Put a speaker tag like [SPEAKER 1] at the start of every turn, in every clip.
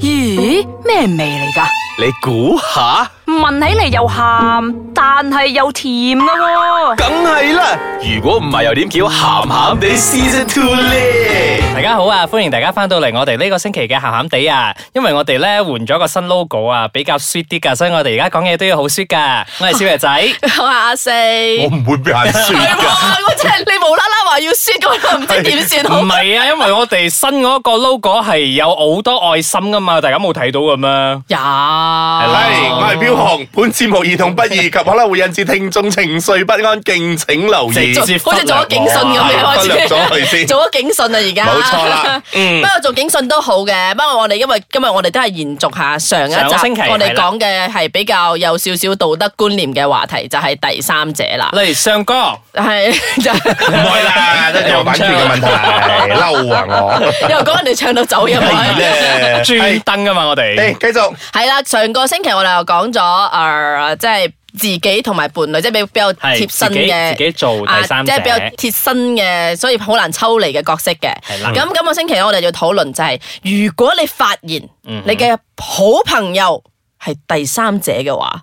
[SPEAKER 1] 咦，咩味嚟噶？
[SPEAKER 2] 你估下，
[SPEAKER 1] 聞起嚟又鹹，但係又甜噶喎、
[SPEAKER 2] 梗係啦。如果唔係，又點叫鹹鹹地 Season Two 咧？
[SPEAKER 3] 大家好啊，歡迎大家翻到嚟我哋呢個星期嘅咸咸地啊，因為我哋咧換咗個新 logo 啊，比較 sweet 啲噶，所以我哋而家講嘢都要好 sweet 噶。我係小爺仔，
[SPEAKER 4] 我係阿四，
[SPEAKER 2] 我
[SPEAKER 4] 係
[SPEAKER 2] 唔會俾人
[SPEAKER 4] 我
[SPEAKER 2] sweet 噶。
[SPEAKER 4] 我真係你無啦啦話要輸，我都唔知點算 好
[SPEAKER 3] 唔。係啊，因為我哋新嗰個 logo 係有好多愛心噶嘛，大家冇睇到嘅咩？
[SPEAKER 4] 有
[SPEAKER 2] 係，我係標紅。本節目兒童不宜及 可能會引致聽眾情緒不安，敬請留意。
[SPEAKER 3] 直接
[SPEAKER 4] 好似做咗警訊咁
[SPEAKER 2] 係
[SPEAKER 4] 樣開
[SPEAKER 2] 忽略咗佢
[SPEAKER 4] 始，
[SPEAKER 2] 先
[SPEAKER 4] 做咗警訊啊而家。
[SPEAKER 2] 冇錯啦。
[SPEAKER 4] 不過做警訊都好嘅，不過我哋因為今日我哋都係延續下上一
[SPEAKER 3] 上個星
[SPEAKER 4] 集
[SPEAKER 3] 期
[SPEAKER 4] 我哋
[SPEAKER 3] 係啦
[SPEAKER 4] 講嘅係比較有少少道德觀念嘅話題，就係 第三者啦。
[SPEAKER 3] 嚟上歌，
[SPEAKER 4] 係就
[SPEAKER 2] 唔可以 啦，真係有版權嘅問題，嬲啊我。
[SPEAKER 4] 又講人哋唱到走音。
[SPEAKER 2] 係咧，
[SPEAKER 3] 專登噶嘛，我哋
[SPEAKER 2] 誒，繼續。
[SPEAKER 4] 係啦，上個星期我哋又講咗誒，即係自己同埋伴侶，即係比比較貼
[SPEAKER 3] 係
[SPEAKER 4] 身
[SPEAKER 3] 自己
[SPEAKER 4] 嘅
[SPEAKER 3] 自己做
[SPEAKER 4] 啊
[SPEAKER 3] 第三
[SPEAKER 4] 即
[SPEAKER 3] 者，
[SPEAKER 4] 係比較貼身嘅，所以好難抽離嘅角色嘅。
[SPEAKER 3] 係啦
[SPEAKER 4] 咁今個星期我哋要討論就係、如果你發現
[SPEAKER 3] 嗯
[SPEAKER 4] 你嘅好朋友係第三者嘅話，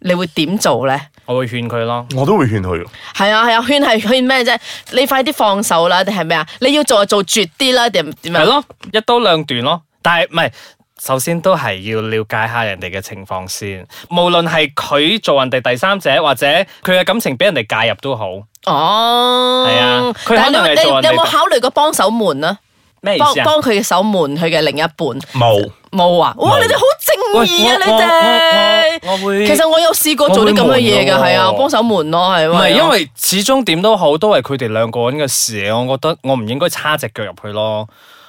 [SPEAKER 4] 你會點做咧？
[SPEAKER 3] 我會勸佢咯。
[SPEAKER 2] 我都會勸佢。
[SPEAKER 4] 係啊係啊，勸係勸咩啫？你快啲放手啦，定係咩啊？你要做就做絕啲啦，定點
[SPEAKER 3] 係
[SPEAKER 4] 啊？
[SPEAKER 3] 咯，一刀兩斷咯。但係唔係，首先都係要了解下人哋嘅情況先。無論係佢做人哋第三者，或者佢嘅感情俾人哋介入都好，
[SPEAKER 4] 哦，
[SPEAKER 3] 係啊佢
[SPEAKER 4] 但係你
[SPEAKER 3] 可能係
[SPEAKER 4] 你
[SPEAKER 3] 做人
[SPEAKER 4] 你
[SPEAKER 3] 哋
[SPEAKER 4] 有冇考慮過幫手門啊？
[SPEAKER 3] 咩意
[SPEAKER 4] 幫
[SPEAKER 3] 思啊？
[SPEAKER 4] 幫佢嘅手門，佢嘅另一半
[SPEAKER 2] 冇。
[SPEAKER 4] 冇啊！哇，你哋好正義啊！
[SPEAKER 3] 喂
[SPEAKER 4] 你哋。
[SPEAKER 3] 我我我我會
[SPEAKER 4] 其實我有試過做啲咁嘅嘢
[SPEAKER 3] 我
[SPEAKER 4] 㗎，
[SPEAKER 3] 會
[SPEAKER 4] 係啊，
[SPEAKER 3] 悶喎
[SPEAKER 4] 幫手門咯，係
[SPEAKER 3] 唔
[SPEAKER 4] 啊
[SPEAKER 3] 係，因為始終點都好，都係佢哋兩個人嘅事，我覺得我唔應該叉只腳入去咯。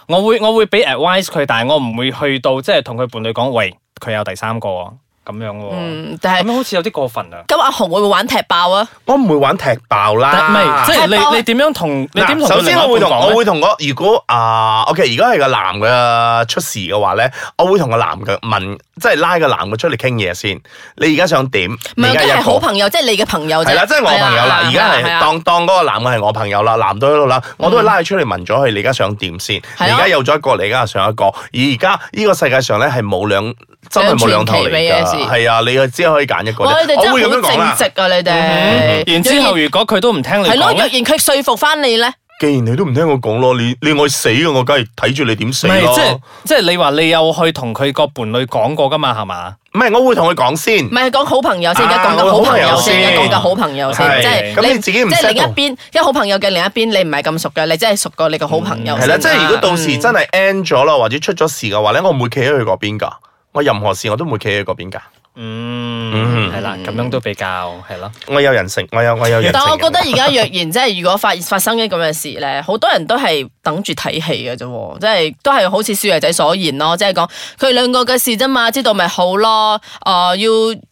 [SPEAKER 3] 我會我會俾 advice 佢，但係我唔會去到即係同佢伴侶講，喂，佢有第三個喎咁樣喎。
[SPEAKER 4] 嗯，但
[SPEAKER 3] 咁
[SPEAKER 4] 係
[SPEAKER 3] 樣好似有啲過分啊！
[SPEAKER 4] 咁阿紅會唔會玩踢爆啊？
[SPEAKER 2] 我唔會玩踢爆啦。
[SPEAKER 3] 但唔係，即係
[SPEAKER 4] 踢爆啊
[SPEAKER 3] 你你點樣同你點同
[SPEAKER 2] 嗱，
[SPEAKER 3] 佢
[SPEAKER 2] 首
[SPEAKER 3] 另
[SPEAKER 2] 先
[SPEAKER 3] 外一
[SPEAKER 2] 我會
[SPEAKER 3] 半
[SPEAKER 2] 同
[SPEAKER 3] 講
[SPEAKER 2] 我
[SPEAKER 3] 咧
[SPEAKER 2] 會同我如果啊，OK，如果係個男嘅出事嘅話咧，我會同個男嘅問，即係拉個男嘅出嚟傾嘢先。你而家想點？
[SPEAKER 4] 唔
[SPEAKER 2] 你而
[SPEAKER 4] 係，
[SPEAKER 2] 家
[SPEAKER 4] 佢係
[SPEAKER 2] 一
[SPEAKER 4] 好
[SPEAKER 2] 個。
[SPEAKER 4] 朋友，即係你嘅朋友啫。
[SPEAKER 2] 係啦，即係我朋友啦，而家
[SPEAKER 4] 係
[SPEAKER 2] 係
[SPEAKER 4] 啊嗯
[SPEAKER 2] 當當嗰個男嘅係我朋友啦，男到喺度啦，我都係拉佢出嚟問咗佢，你而家想點先？你
[SPEAKER 4] 係啊
[SPEAKER 2] 而家有咗一個，你而家又上一個，而家呢個世界上咧係冇兩真係冇兩頭嚟
[SPEAKER 4] 兩全其美
[SPEAKER 2] 㗎，
[SPEAKER 4] 嘅事
[SPEAKER 2] 係啊，你只可以揀一個啫。
[SPEAKER 4] 哇！你哋
[SPEAKER 2] 我
[SPEAKER 4] 真
[SPEAKER 2] 會咁樣
[SPEAKER 4] 係
[SPEAKER 2] 講
[SPEAKER 4] 好
[SPEAKER 2] 啦
[SPEAKER 4] 正。直啊！你哋。
[SPEAKER 3] 嗯然之後，如果佢都唔聽你
[SPEAKER 4] 係咯，
[SPEAKER 3] 講
[SPEAKER 4] 若然
[SPEAKER 3] 咧，
[SPEAKER 4] 佢說服翻你咧，
[SPEAKER 2] 既然你都唔聽我講咯，你你愛死嘅，我梗係睇住你點死
[SPEAKER 3] 唔係即係
[SPEAKER 2] 咯。
[SPEAKER 3] 即係你話你有去同佢個伴侶講過噶嘛？係嘛？
[SPEAKER 2] 唔係，我會同佢講先
[SPEAKER 4] 唔。係講好朋友先，而家講
[SPEAKER 2] 啊
[SPEAKER 4] 緊好朋友
[SPEAKER 2] 好朋友
[SPEAKER 4] 先，
[SPEAKER 2] 先
[SPEAKER 4] 而家講緊好朋友先，
[SPEAKER 2] 係
[SPEAKER 4] 即係
[SPEAKER 2] 咁你自己唔
[SPEAKER 4] 即係
[SPEAKER 2] settle
[SPEAKER 4] 另一邊，因為好朋友嘅另一邊，你唔係咁熟嘅，你真係熟過你個好朋友
[SPEAKER 2] 嗯係
[SPEAKER 4] 先
[SPEAKER 2] 啦，
[SPEAKER 4] 啦。嗯
[SPEAKER 2] 即係如果到時真係 end 咗啦，或者出咗事嘅話咧，我唔會企喺佢嗰邊噶。我任何事我都唔會企喺佢嗰邊噶。
[SPEAKER 3] 嗯，係啦，咁樣都比較係咯。
[SPEAKER 2] 我有人性，我有我有人性。
[SPEAKER 4] 但我覺得而家若然 即係如果發發生啲咁嘅事咧，好多人都係等住睇戲嘅啫喎，即係都係好似少爺仔所言咯，即係講佢兩個嘅事啫嘛，知道咪好咯？誒、要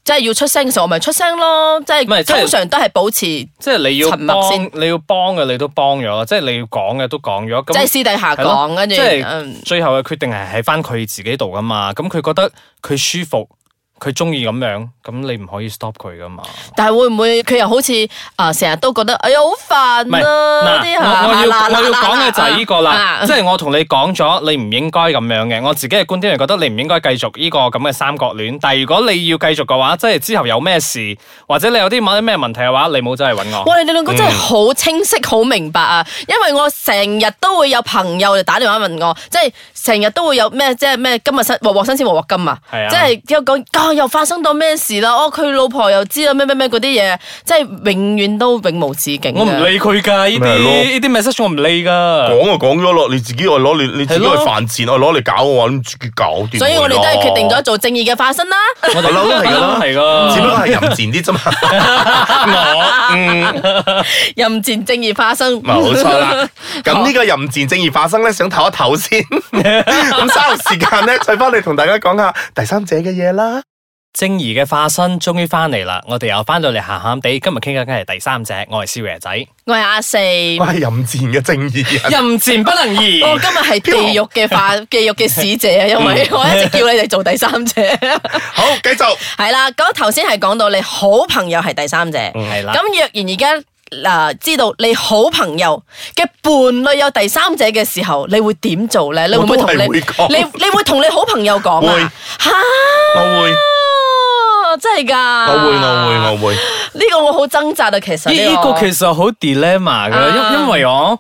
[SPEAKER 4] 即係要出聲嘅時候，我咪出聲咯，即
[SPEAKER 3] 唔係
[SPEAKER 4] 係
[SPEAKER 3] 即係
[SPEAKER 4] 通常都係保持即
[SPEAKER 3] 即係你要
[SPEAKER 4] 沉默
[SPEAKER 3] 幫
[SPEAKER 4] 先，
[SPEAKER 3] 你要幫嘅你都幫咗，即係你要講嘅都講咗，咁
[SPEAKER 4] 係私底下
[SPEAKER 3] 係咯
[SPEAKER 4] 講，跟住
[SPEAKER 3] 即
[SPEAKER 4] 嗯
[SPEAKER 3] 係最後嘅決定係喺翻佢自己度噶嘛。咁佢覺得佢舒服，佢中意咁樣，咁你唔可以 stop 佢噶嘛。
[SPEAKER 4] 但係會唔會佢又好似啊成日都覺得哎呀好
[SPEAKER 3] 唔
[SPEAKER 4] 煩
[SPEAKER 3] 係
[SPEAKER 4] 啊
[SPEAKER 3] 嗱，
[SPEAKER 4] 啲
[SPEAKER 3] 我我要我要講嘅就係呢個啦，即
[SPEAKER 4] 係
[SPEAKER 3] 係我同你講咗，你唔應該咁樣嘅。我自己嘅觀點係覺得你唔應該繼續呢個咁嘅三角戀。但係如果你要繼續嘅話，即係之後有咩事，或者你有啲某啲咩問題嘅話，你冇走嚟揾我。
[SPEAKER 4] 哇！你哋兩個真係好清晰、好明白啊！因為我成日都會有朋友嚟打電話問我，即係成日都會有咩即係咩今日新鑊鑊新鮮鑊鑊金啊！
[SPEAKER 3] 係啊
[SPEAKER 4] 即係又講啊又發生到咩事啦？哦，佢老婆又知啦咩咩咩嗰啲嘢，即係永遠都永無止境嘅。
[SPEAKER 3] 我唔理佢噶，呢啲
[SPEAKER 2] 咪係咯
[SPEAKER 3] 呢啲 message 我唔理噶。
[SPEAKER 2] 講就講咗咯，你自己我攞你你自己去
[SPEAKER 3] 係咯
[SPEAKER 2] 犯賤，我攞嚟搞我，咁自己搞掂佢咯。
[SPEAKER 4] 所以我哋都係決定咗做正義嘅化身啦。
[SPEAKER 3] 我
[SPEAKER 2] 我嬲都係㗎啦
[SPEAKER 3] 嬲係噶，
[SPEAKER 2] 只不過係淫 賤啲啫嘛。
[SPEAKER 4] 任戰正義化身，
[SPEAKER 2] 冇錯啦。咁呢個淫賤正義發生咧，想唞一唞先。咁稍後時間咧，再翻嚟同大家講下第三者嘅嘢啦。
[SPEAKER 3] 正義嘅化身終於翻嚟啦！我哋又翻到嚟咸咸地，今日傾緊嘅係第三者，我係少爺仔，
[SPEAKER 4] 我係阿四。
[SPEAKER 2] 我係淫賤嘅正義人。
[SPEAKER 3] 淫賤不能移。
[SPEAKER 4] 哦我今日係地獄嘅化，地獄嘅使者啊，因為
[SPEAKER 3] 嗯
[SPEAKER 4] 我一直叫你哋做第三者。
[SPEAKER 2] 好，繼續。
[SPEAKER 3] 嗯
[SPEAKER 2] 嗯
[SPEAKER 4] 係啦，咁頭先係講到你好朋友係第三者，咁
[SPEAKER 3] 係啦
[SPEAKER 4] 若然而家嗱知道你好朋友嘅伴侶有第三者嘅時候，你會點做咧？你會唔會同你
[SPEAKER 2] 我都係會講
[SPEAKER 4] 你你會同你好朋友講
[SPEAKER 2] 會
[SPEAKER 4] 啊？吓，
[SPEAKER 2] 我會
[SPEAKER 4] 真係㗎！
[SPEAKER 2] 我會我會我會，
[SPEAKER 4] 呢個我好掙扎啊，其實
[SPEAKER 3] 呢
[SPEAKER 4] 呢
[SPEAKER 3] 呢
[SPEAKER 4] 個
[SPEAKER 3] 個其實好 dilemma
[SPEAKER 4] 啊
[SPEAKER 3] 嘅，因因為我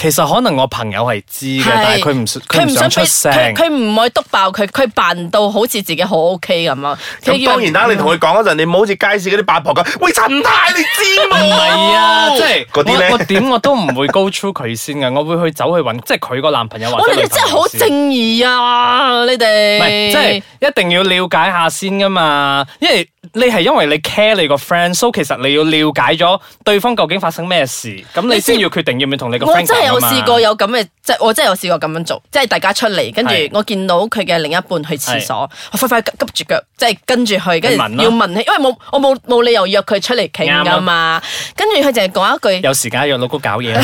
[SPEAKER 3] 其實可能我朋友係知嘅，
[SPEAKER 4] 係
[SPEAKER 3] 但係佢唔佢唔想出聲。
[SPEAKER 4] 佢佢唔可以督爆佢，佢扮到好似自己好 OK 咁啊！佢以
[SPEAKER 2] 咁
[SPEAKER 4] 為
[SPEAKER 2] 當然啦，你同佢講嗰陣，你唔好好似街市嗰啲八婆咁，喂陳太你知
[SPEAKER 3] 唔
[SPEAKER 2] 冇？
[SPEAKER 3] 係啊，即係
[SPEAKER 2] 嗰啲
[SPEAKER 3] 我我
[SPEAKER 2] 咧，
[SPEAKER 3] 點我都唔會 go through 佢先嘅，我會去走去揾，即係佢個男朋友或
[SPEAKER 4] 哇！
[SPEAKER 3] 者
[SPEAKER 4] 你
[SPEAKER 3] 女
[SPEAKER 4] 哋真係
[SPEAKER 3] 朋
[SPEAKER 4] 好
[SPEAKER 3] 友先
[SPEAKER 4] 正義啊！你哋
[SPEAKER 3] 唔係，即係一定要了解下先噶嘛，因為你係因為你 care 你個 friend，so 其實你要了解咗對方究竟發生咩事，咁你先要決定要唔要同你個
[SPEAKER 4] 我
[SPEAKER 3] friend
[SPEAKER 4] 真係有
[SPEAKER 3] 講啊嘛
[SPEAKER 4] 試過有咁嘅，即係我真係有試過咁樣做，即係大家出嚟，跟住
[SPEAKER 3] 係
[SPEAKER 4] 我見到佢嘅另一半去廁所，我快快急急住腳，即係跟住去，跟住
[SPEAKER 3] 你問啦
[SPEAKER 4] 要問佢，因為冇我冇冇理由約佢出嚟傾
[SPEAKER 3] 啱
[SPEAKER 4] 噶
[SPEAKER 3] 啊
[SPEAKER 4] 嘛。跟住佢淨係講一句，
[SPEAKER 3] 有時間約老公搞嘢啦，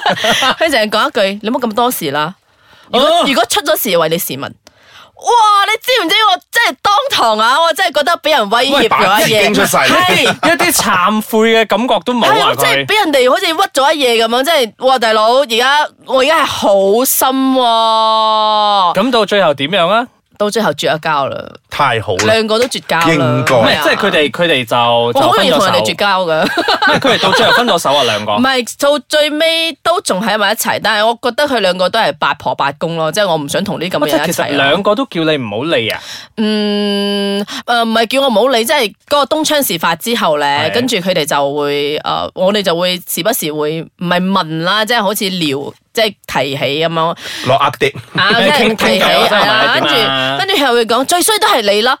[SPEAKER 4] 佢淨係講一句，你冇咁多事啦。如果、
[SPEAKER 3] 哦
[SPEAKER 4] 如果出咗事，為你市民。哇！你知唔知我真係當堂啊！我真係覺得俾人威
[SPEAKER 2] 喂
[SPEAKER 4] 脅
[SPEAKER 2] 把
[SPEAKER 4] 咗一啊
[SPEAKER 2] 勁出
[SPEAKER 4] 嘢。
[SPEAKER 2] 晒嚟。
[SPEAKER 3] 一啲慚愧嘅感覺都冇
[SPEAKER 4] 係
[SPEAKER 3] 啊
[SPEAKER 4] 我真
[SPEAKER 3] 佢
[SPEAKER 4] 哎係。俾人哋好似屈咗一嘢咁樣，真係哇！大佬，而家我而家係好深喎、
[SPEAKER 3] 咁到最後點樣啊？
[SPEAKER 4] 到最後絕咗交啦，
[SPEAKER 2] 太好啦！
[SPEAKER 4] 兩個都絕交啦，
[SPEAKER 2] 應該
[SPEAKER 3] 唔
[SPEAKER 4] 係
[SPEAKER 2] 哦
[SPEAKER 3] 係，
[SPEAKER 4] 啊
[SPEAKER 3] 即係佢哋佢哋就
[SPEAKER 4] 我
[SPEAKER 3] 就
[SPEAKER 4] 好容
[SPEAKER 3] 分
[SPEAKER 4] 易
[SPEAKER 3] 咗
[SPEAKER 4] 同人哋
[SPEAKER 3] 手
[SPEAKER 4] 絕，交噶，唔
[SPEAKER 3] 唔係佢哋到最後分咗手啊兩個。
[SPEAKER 4] 係到最尾都仲喺埋一齊，但係我覺得佢兩個都係八婆八公咯，即係我唔想同呢咁
[SPEAKER 3] 哇
[SPEAKER 4] 嘅
[SPEAKER 3] 哦即係
[SPEAKER 4] 人一
[SPEAKER 3] 其實
[SPEAKER 4] 齊啦。
[SPEAKER 3] 兩個都叫你唔好理啊，
[SPEAKER 4] 嗯，誒唔係叫我唔好理，即係嗰個東窗事發之後咧，
[SPEAKER 3] 係
[SPEAKER 4] 跟住佢哋就會誒、呃我哋就會時不時會唔係問啦，即係好似聊，即係提起咁樣。
[SPEAKER 2] 落 update，
[SPEAKER 4] 啊，
[SPEAKER 3] 你
[SPEAKER 4] 即係
[SPEAKER 3] 傾
[SPEAKER 4] 提
[SPEAKER 3] 傾
[SPEAKER 4] 起
[SPEAKER 3] 偈咯真係
[SPEAKER 4] 係啦，
[SPEAKER 3] 問
[SPEAKER 4] 跟
[SPEAKER 3] 你
[SPEAKER 4] 住
[SPEAKER 3] 點啊
[SPEAKER 4] 跟住佢又會講最衰都係你啦。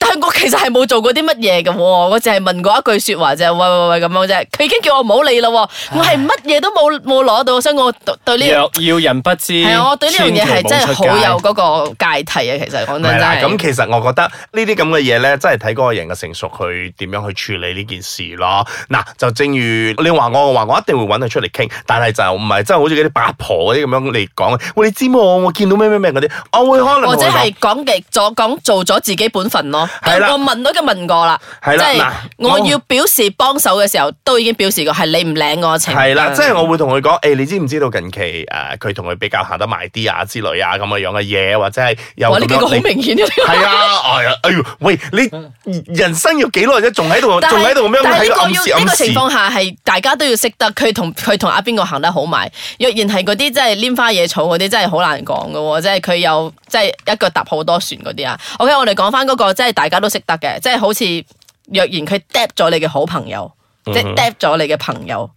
[SPEAKER 4] 但係我其實係冇做過啲乜嘢嘅喎，我淨係問過一句説話啫，喂喂喂咁樣啫。佢已經叫我唔好理啦喎，我係乜嘢都冇冇攞到，所以我對對呢
[SPEAKER 3] 要要人不知。
[SPEAKER 4] 係啊，我對呢樣嘢
[SPEAKER 3] 千祈
[SPEAKER 4] 係
[SPEAKER 3] 冇
[SPEAKER 4] 真係
[SPEAKER 3] 出
[SPEAKER 4] 好
[SPEAKER 3] 街
[SPEAKER 4] 有嗰個芥蒂啊。其實講真
[SPEAKER 2] 係
[SPEAKER 4] 真
[SPEAKER 2] 啦。
[SPEAKER 4] 係
[SPEAKER 2] 咁。其實我覺得呢啲咁嘅嘢咧，真係睇嗰個人嘅成熟去點樣去處理呢件事咯。嗱，就正如你話我嘅話，我一定會揾佢出嚟傾，但係就唔係真係好似嗰啲八婆嗰啲咁樣嚟講，喂，你知冇？我見到咩咩咩嗰啲，我會可能
[SPEAKER 4] 或者
[SPEAKER 2] 同佢講
[SPEAKER 4] 係講嘅做講做咗自己本分咯，
[SPEAKER 2] 係
[SPEAKER 4] 但
[SPEAKER 2] 啦
[SPEAKER 4] 我問都已經問過啦，即
[SPEAKER 2] 係啦
[SPEAKER 4] 係
[SPEAKER 2] 嗱
[SPEAKER 4] 我
[SPEAKER 2] 我
[SPEAKER 4] 要表示幫手嘅時候，都已經表示過係你唔領我情。
[SPEAKER 2] 係啦，即係我會同佢講，誒，你知唔知道近期誒佢同佢比較行得埋啲啊之類啊咁嘅樣嘅嘢，或者係有
[SPEAKER 4] 哇
[SPEAKER 2] 咁
[SPEAKER 4] 呢幾
[SPEAKER 2] 樣
[SPEAKER 4] 個好
[SPEAKER 2] 你
[SPEAKER 4] 明顯嘅。
[SPEAKER 2] 係啊，哎呀，哎呦，喂，你人生要幾耐啫？仲喺度，
[SPEAKER 4] 但
[SPEAKER 2] 哦仲喺
[SPEAKER 4] 係
[SPEAKER 2] 度咁樣
[SPEAKER 4] 但係
[SPEAKER 2] 喺
[SPEAKER 4] 呢
[SPEAKER 2] 度
[SPEAKER 4] 個
[SPEAKER 2] 暗示
[SPEAKER 4] 要呢個
[SPEAKER 2] 暗
[SPEAKER 4] 情
[SPEAKER 2] 示。
[SPEAKER 4] 況下係大家都要識得佢同佢同阿邊個行得好埋，若然係嗰啲即係拈花惹草嗰啲，真係好難講噶喎，即係佢有即係一腳踏好多船嗰啲啊。OK，我哋講翻嗰個即係大家都識得嘅，即係好似若然佢 d 咗你嘅好朋友，
[SPEAKER 2] 嗯
[SPEAKER 4] 即係 d 咗你嘅朋友。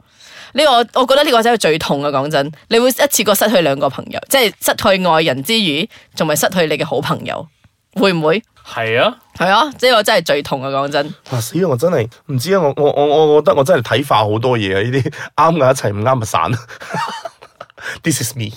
[SPEAKER 4] 呢、個我覺得呢個真係最痛啊！講真，你會一次過失去兩個朋友，即係失去愛人之餘，仲咪失去你嘅好朋友，會唔會？
[SPEAKER 3] 係啊。
[SPEAKER 4] 係啊，呢個真係最痛啊！講真。
[SPEAKER 2] 哇死啊！我真係唔知啊！我我我我覺得我真係睇化好多嘢啊！呢啲啱嘅一齊，唔啱咪散。This is me。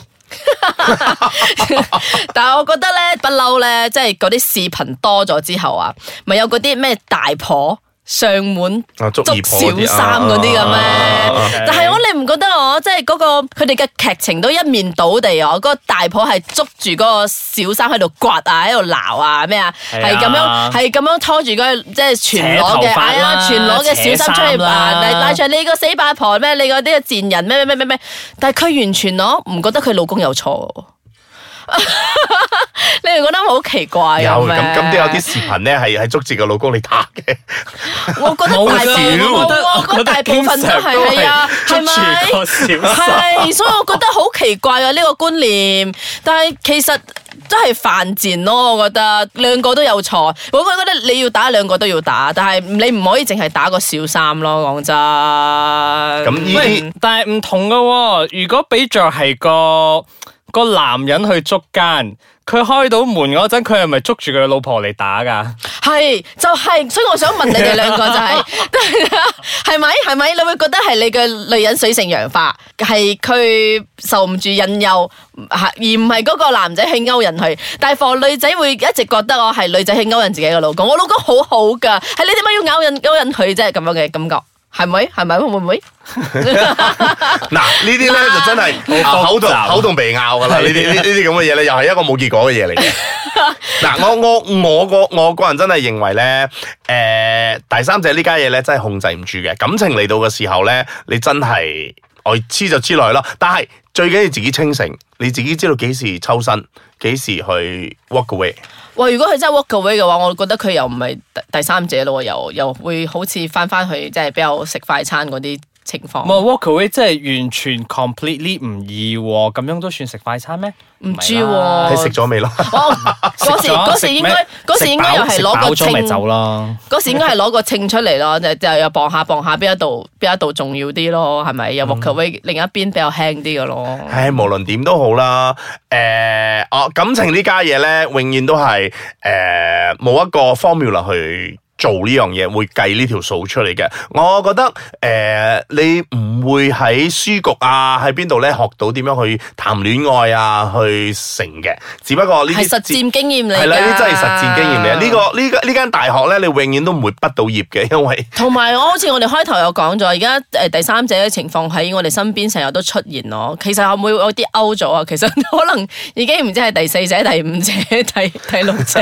[SPEAKER 4] 但係我覺得咧，不嬲咧，即係嗰啲視頻多咗之後啊，咪有嗰啲咩大婆上門
[SPEAKER 2] 啊
[SPEAKER 4] 捉
[SPEAKER 2] 捉
[SPEAKER 4] 小
[SPEAKER 2] 二婆嗰啲
[SPEAKER 4] 三嗰啲咁
[SPEAKER 2] 啊啊
[SPEAKER 4] 咩
[SPEAKER 2] 啊啊？
[SPEAKER 4] 但係我你唔覺得我即係嗰個佢哋嘅劇情都一面倒地啊！嗰個大婆係捉住嗰個小三喺度刮啊，喺度鬧啊咩啊，
[SPEAKER 3] 係啊
[SPEAKER 4] 係咁樣係咁樣拖住嗰個即係全裸嘅，
[SPEAKER 3] 扯頭髮啦
[SPEAKER 4] 係啊全裸嘅小三出去
[SPEAKER 3] 扯
[SPEAKER 4] 扮，
[SPEAKER 3] 衫啦
[SPEAKER 4] 拉拉住你個死八婆咩？你個啲賤人咩咩咩咩咩？但係佢完全我唔覺得佢老公有錯 喎。你哋覺得好奇怪啊
[SPEAKER 2] 有
[SPEAKER 4] 咁
[SPEAKER 2] 咁咁都有啲視頻咧，係係捉住個老公嚟打嘅。
[SPEAKER 4] 我覺得大部
[SPEAKER 3] 冇
[SPEAKER 4] 分，
[SPEAKER 3] 少
[SPEAKER 4] 我我覺得大部分都係係啊，係
[SPEAKER 3] 經常都
[SPEAKER 4] 咪？
[SPEAKER 3] 係捉住個小三
[SPEAKER 4] 係，所以我覺得好奇怪啊呢個觀念，但係其實都係犯賤咯，我覺得兩個都有錯，我覺得你要打兩個都要打，但係你唔可以淨係打個小三咯，講真。
[SPEAKER 2] 咁呢啲
[SPEAKER 3] 喂，但係唔嗯同噶喎。如果比着係個個男人去捉奸，佢開到門嗰陣，佢係咪捉住佢老婆嚟打噶？
[SPEAKER 4] 係就係、所以我想問你哋兩個就係、係咪係咪？你會覺得係你嘅女人水性楊花，係佢受唔住引誘，啊而唔係嗰個男仔去勾引佢。但係防女仔會一直覺得我係女仔去勾引自己嘅老公，我老公好好㗎，係你點解要勾引勾引佢啫？咁樣嘅感覺係咪？係咪會唔會？
[SPEAKER 2] 嗱，呢啲咧就真係啊
[SPEAKER 3] 好
[SPEAKER 2] 口
[SPEAKER 3] 複
[SPEAKER 2] 同
[SPEAKER 3] 雜啊
[SPEAKER 2] 口同鼻拗噶啦，呢啲呢呢啲咁嘅嘢咧，又係一個冇結果嘅嘢嚟嘅。嗱，我我我個我個人真係認為咧，诶、第三者呢家嘢咧真係控制唔住嘅，感情嚟到嘅時候咧，你真係我黐就黐落去咯。但係最緊要自己清醒，你自己知道幾時抽身，幾時去 walk away。
[SPEAKER 4] 哇！如果佢真係 walk away 嘅話，我覺得佢又唔係第第三者咯，又又會好似翻翻去即係比較食快餐嗰啲情
[SPEAKER 3] 唔
[SPEAKER 4] 況。
[SPEAKER 3] 係 walk away 即係完全 completely 唔易喎，咁樣都算食快餐咩？
[SPEAKER 4] 唔知
[SPEAKER 3] 唔係啦
[SPEAKER 2] 睇
[SPEAKER 4] 喎
[SPEAKER 2] 食咗未咯？
[SPEAKER 4] 我嗰時
[SPEAKER 3] 食咗
[SPEAKER 4] 哦嗰時
[SPEAKER 3] 食
[SPEAKER 4] 應
[SPEAKER 3] 咩
[SPEAKER 4] 該嗰時應該又係
[SPEAKER 3] 食飽
[SPEAKER 4] 攞個
[SPEAKER 3] 食飽咗咪
[SPEAKER 4] 稱
[SPEAKER 3] 走啦。
[SPEAKER 4] 嗰時應該係攞個稱出嚟咯，就就又磅下磅下邊一度邊一度重要啲咯，係咪？
[SPEAKER 2] 嗯
[SPEAKER 4] 又 walk away 另一邊比較輕啲嘅咯。
[SPEAKER 2] 唉，無論點都好啦，诶、哦，感情呢家嘢咧，永遠都係诶冇一個 formula 去做呢樣嘢，會計呢條數出嚟嘅。我覺得诶、你唔會喺書局啊，喺邊度咧學到點樣去談戀愛啊，去成嘅。只不過呢
[SPEAKER 4] 係
[SPEAKER 2] 啲
[SPEAKER 4] 實戰經驗嚟㗎。
[SPEAKER 2] 係啦，呢啲真係實戰經驗嚟啊嘅。呢、個呢、個呢間大學咧，你永遠都唔會畢到業嘅，因為
[SPEAKER 4] 同埋我好似我哋開頭有講咗，而家誒第三者嘅情況喺我哋身邊成日都出現咯。其實會唔會有啲 out 咗啊？其實 可能已經唔知係第四者、第五者、第第六 者。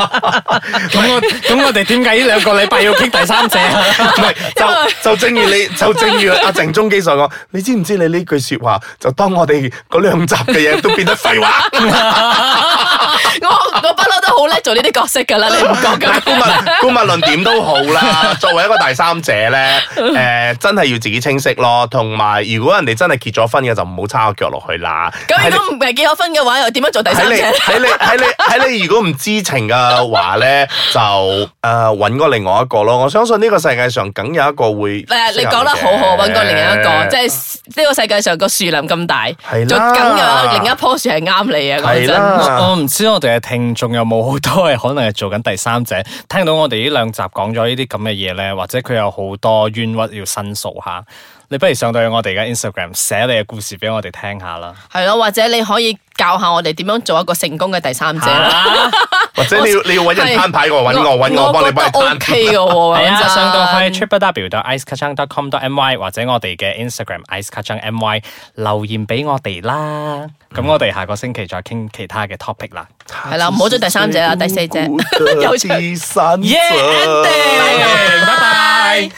[SPEAKER 3] 咁我咁我哋點解呢兩個禮拜要傾第三者啊？
[SPEAKER 2] 唔係就就正如你就正如阿鄭中基所講，你知唔知你呢句説話就當我哋嗰兩集嘅嘢都變得廢 話？
[SPEAKER 4] 我我不嬲都好叻做呢啲角色㗎啦，你唔覺㗎
[SPEAKER 2] 嗱，
[SPEAKER 4] 啦？
[SPEAKER 2] 顧問顧問論點都好啦。作為一個第三 者咧，誒、真係要自己清晰咯。同埋，如果人哋真係結咗婚嘅，就唔好叉個腳落去啦。
[SPEAKER 4] 咁如果唔係結咗婚嘅話，又點樣做第
[SPEAKER 2] 喺
[SPEAKER 4] 三
[SPEAKER 2] 你
[SPEAKER 4] 者？
[SPEAKER 2] 喺你喺你喺你如果唔知情嘅話咧，就誒揾個另外一個咯。我相信呢個世界上梗有一個會
[SPEAKER 4] 誒，你講得好好，揾過另一個，即係呢個世界上個樹林咁大，
[SPEAKER 2] 係
[SPEAKER 4] 就
[SPEAKER 2] 啦
[SPEAKER 4] 梗有另一棵樹係啱你啊！講
[SPEAKER 2] 係
[SPEAKER 4] 真。
[SPEAKER 2] 啦。
[SPEAKER 3] 我唔知我哋嘅聽眾有冇好多係可能係做緊第三者，聽到我哋呢兩集講咗呢啲咁嘅嘢咧，或者佢有好多冤屈要申訴下，你不如上到去我哋嘅 Instagram 寫你嘅故事俾我哋聽下啦。
[SPEAKER 4] 係咯，或者你可以教下我哋點樣做一個成功嘅第三者啦。
[SPEAKER 3] 啊
[SPEAKER 2] 或者你要你要揾人攤牌，我揾我揾我幫你幫你攤
[SPEAKER 4] 我覺得 OK 嘅 喎，
[SPEAKER 3] 係啊，
[SPEAKER 4] 講真
[SPEAKER 3] 上到去 triplew.icekacang.com.my 或者我哋嘅 Instagram icekacangmy 留言俾我哋啦。咁我哋下個星期再傾其他嘅 topic 啦。
[SPEAKER 4] 係啦，唔好做第 三者啦，第四者。
[SPEAKER 2] 有次散
[SPEAKER 3] Yeah，ending，拜拜。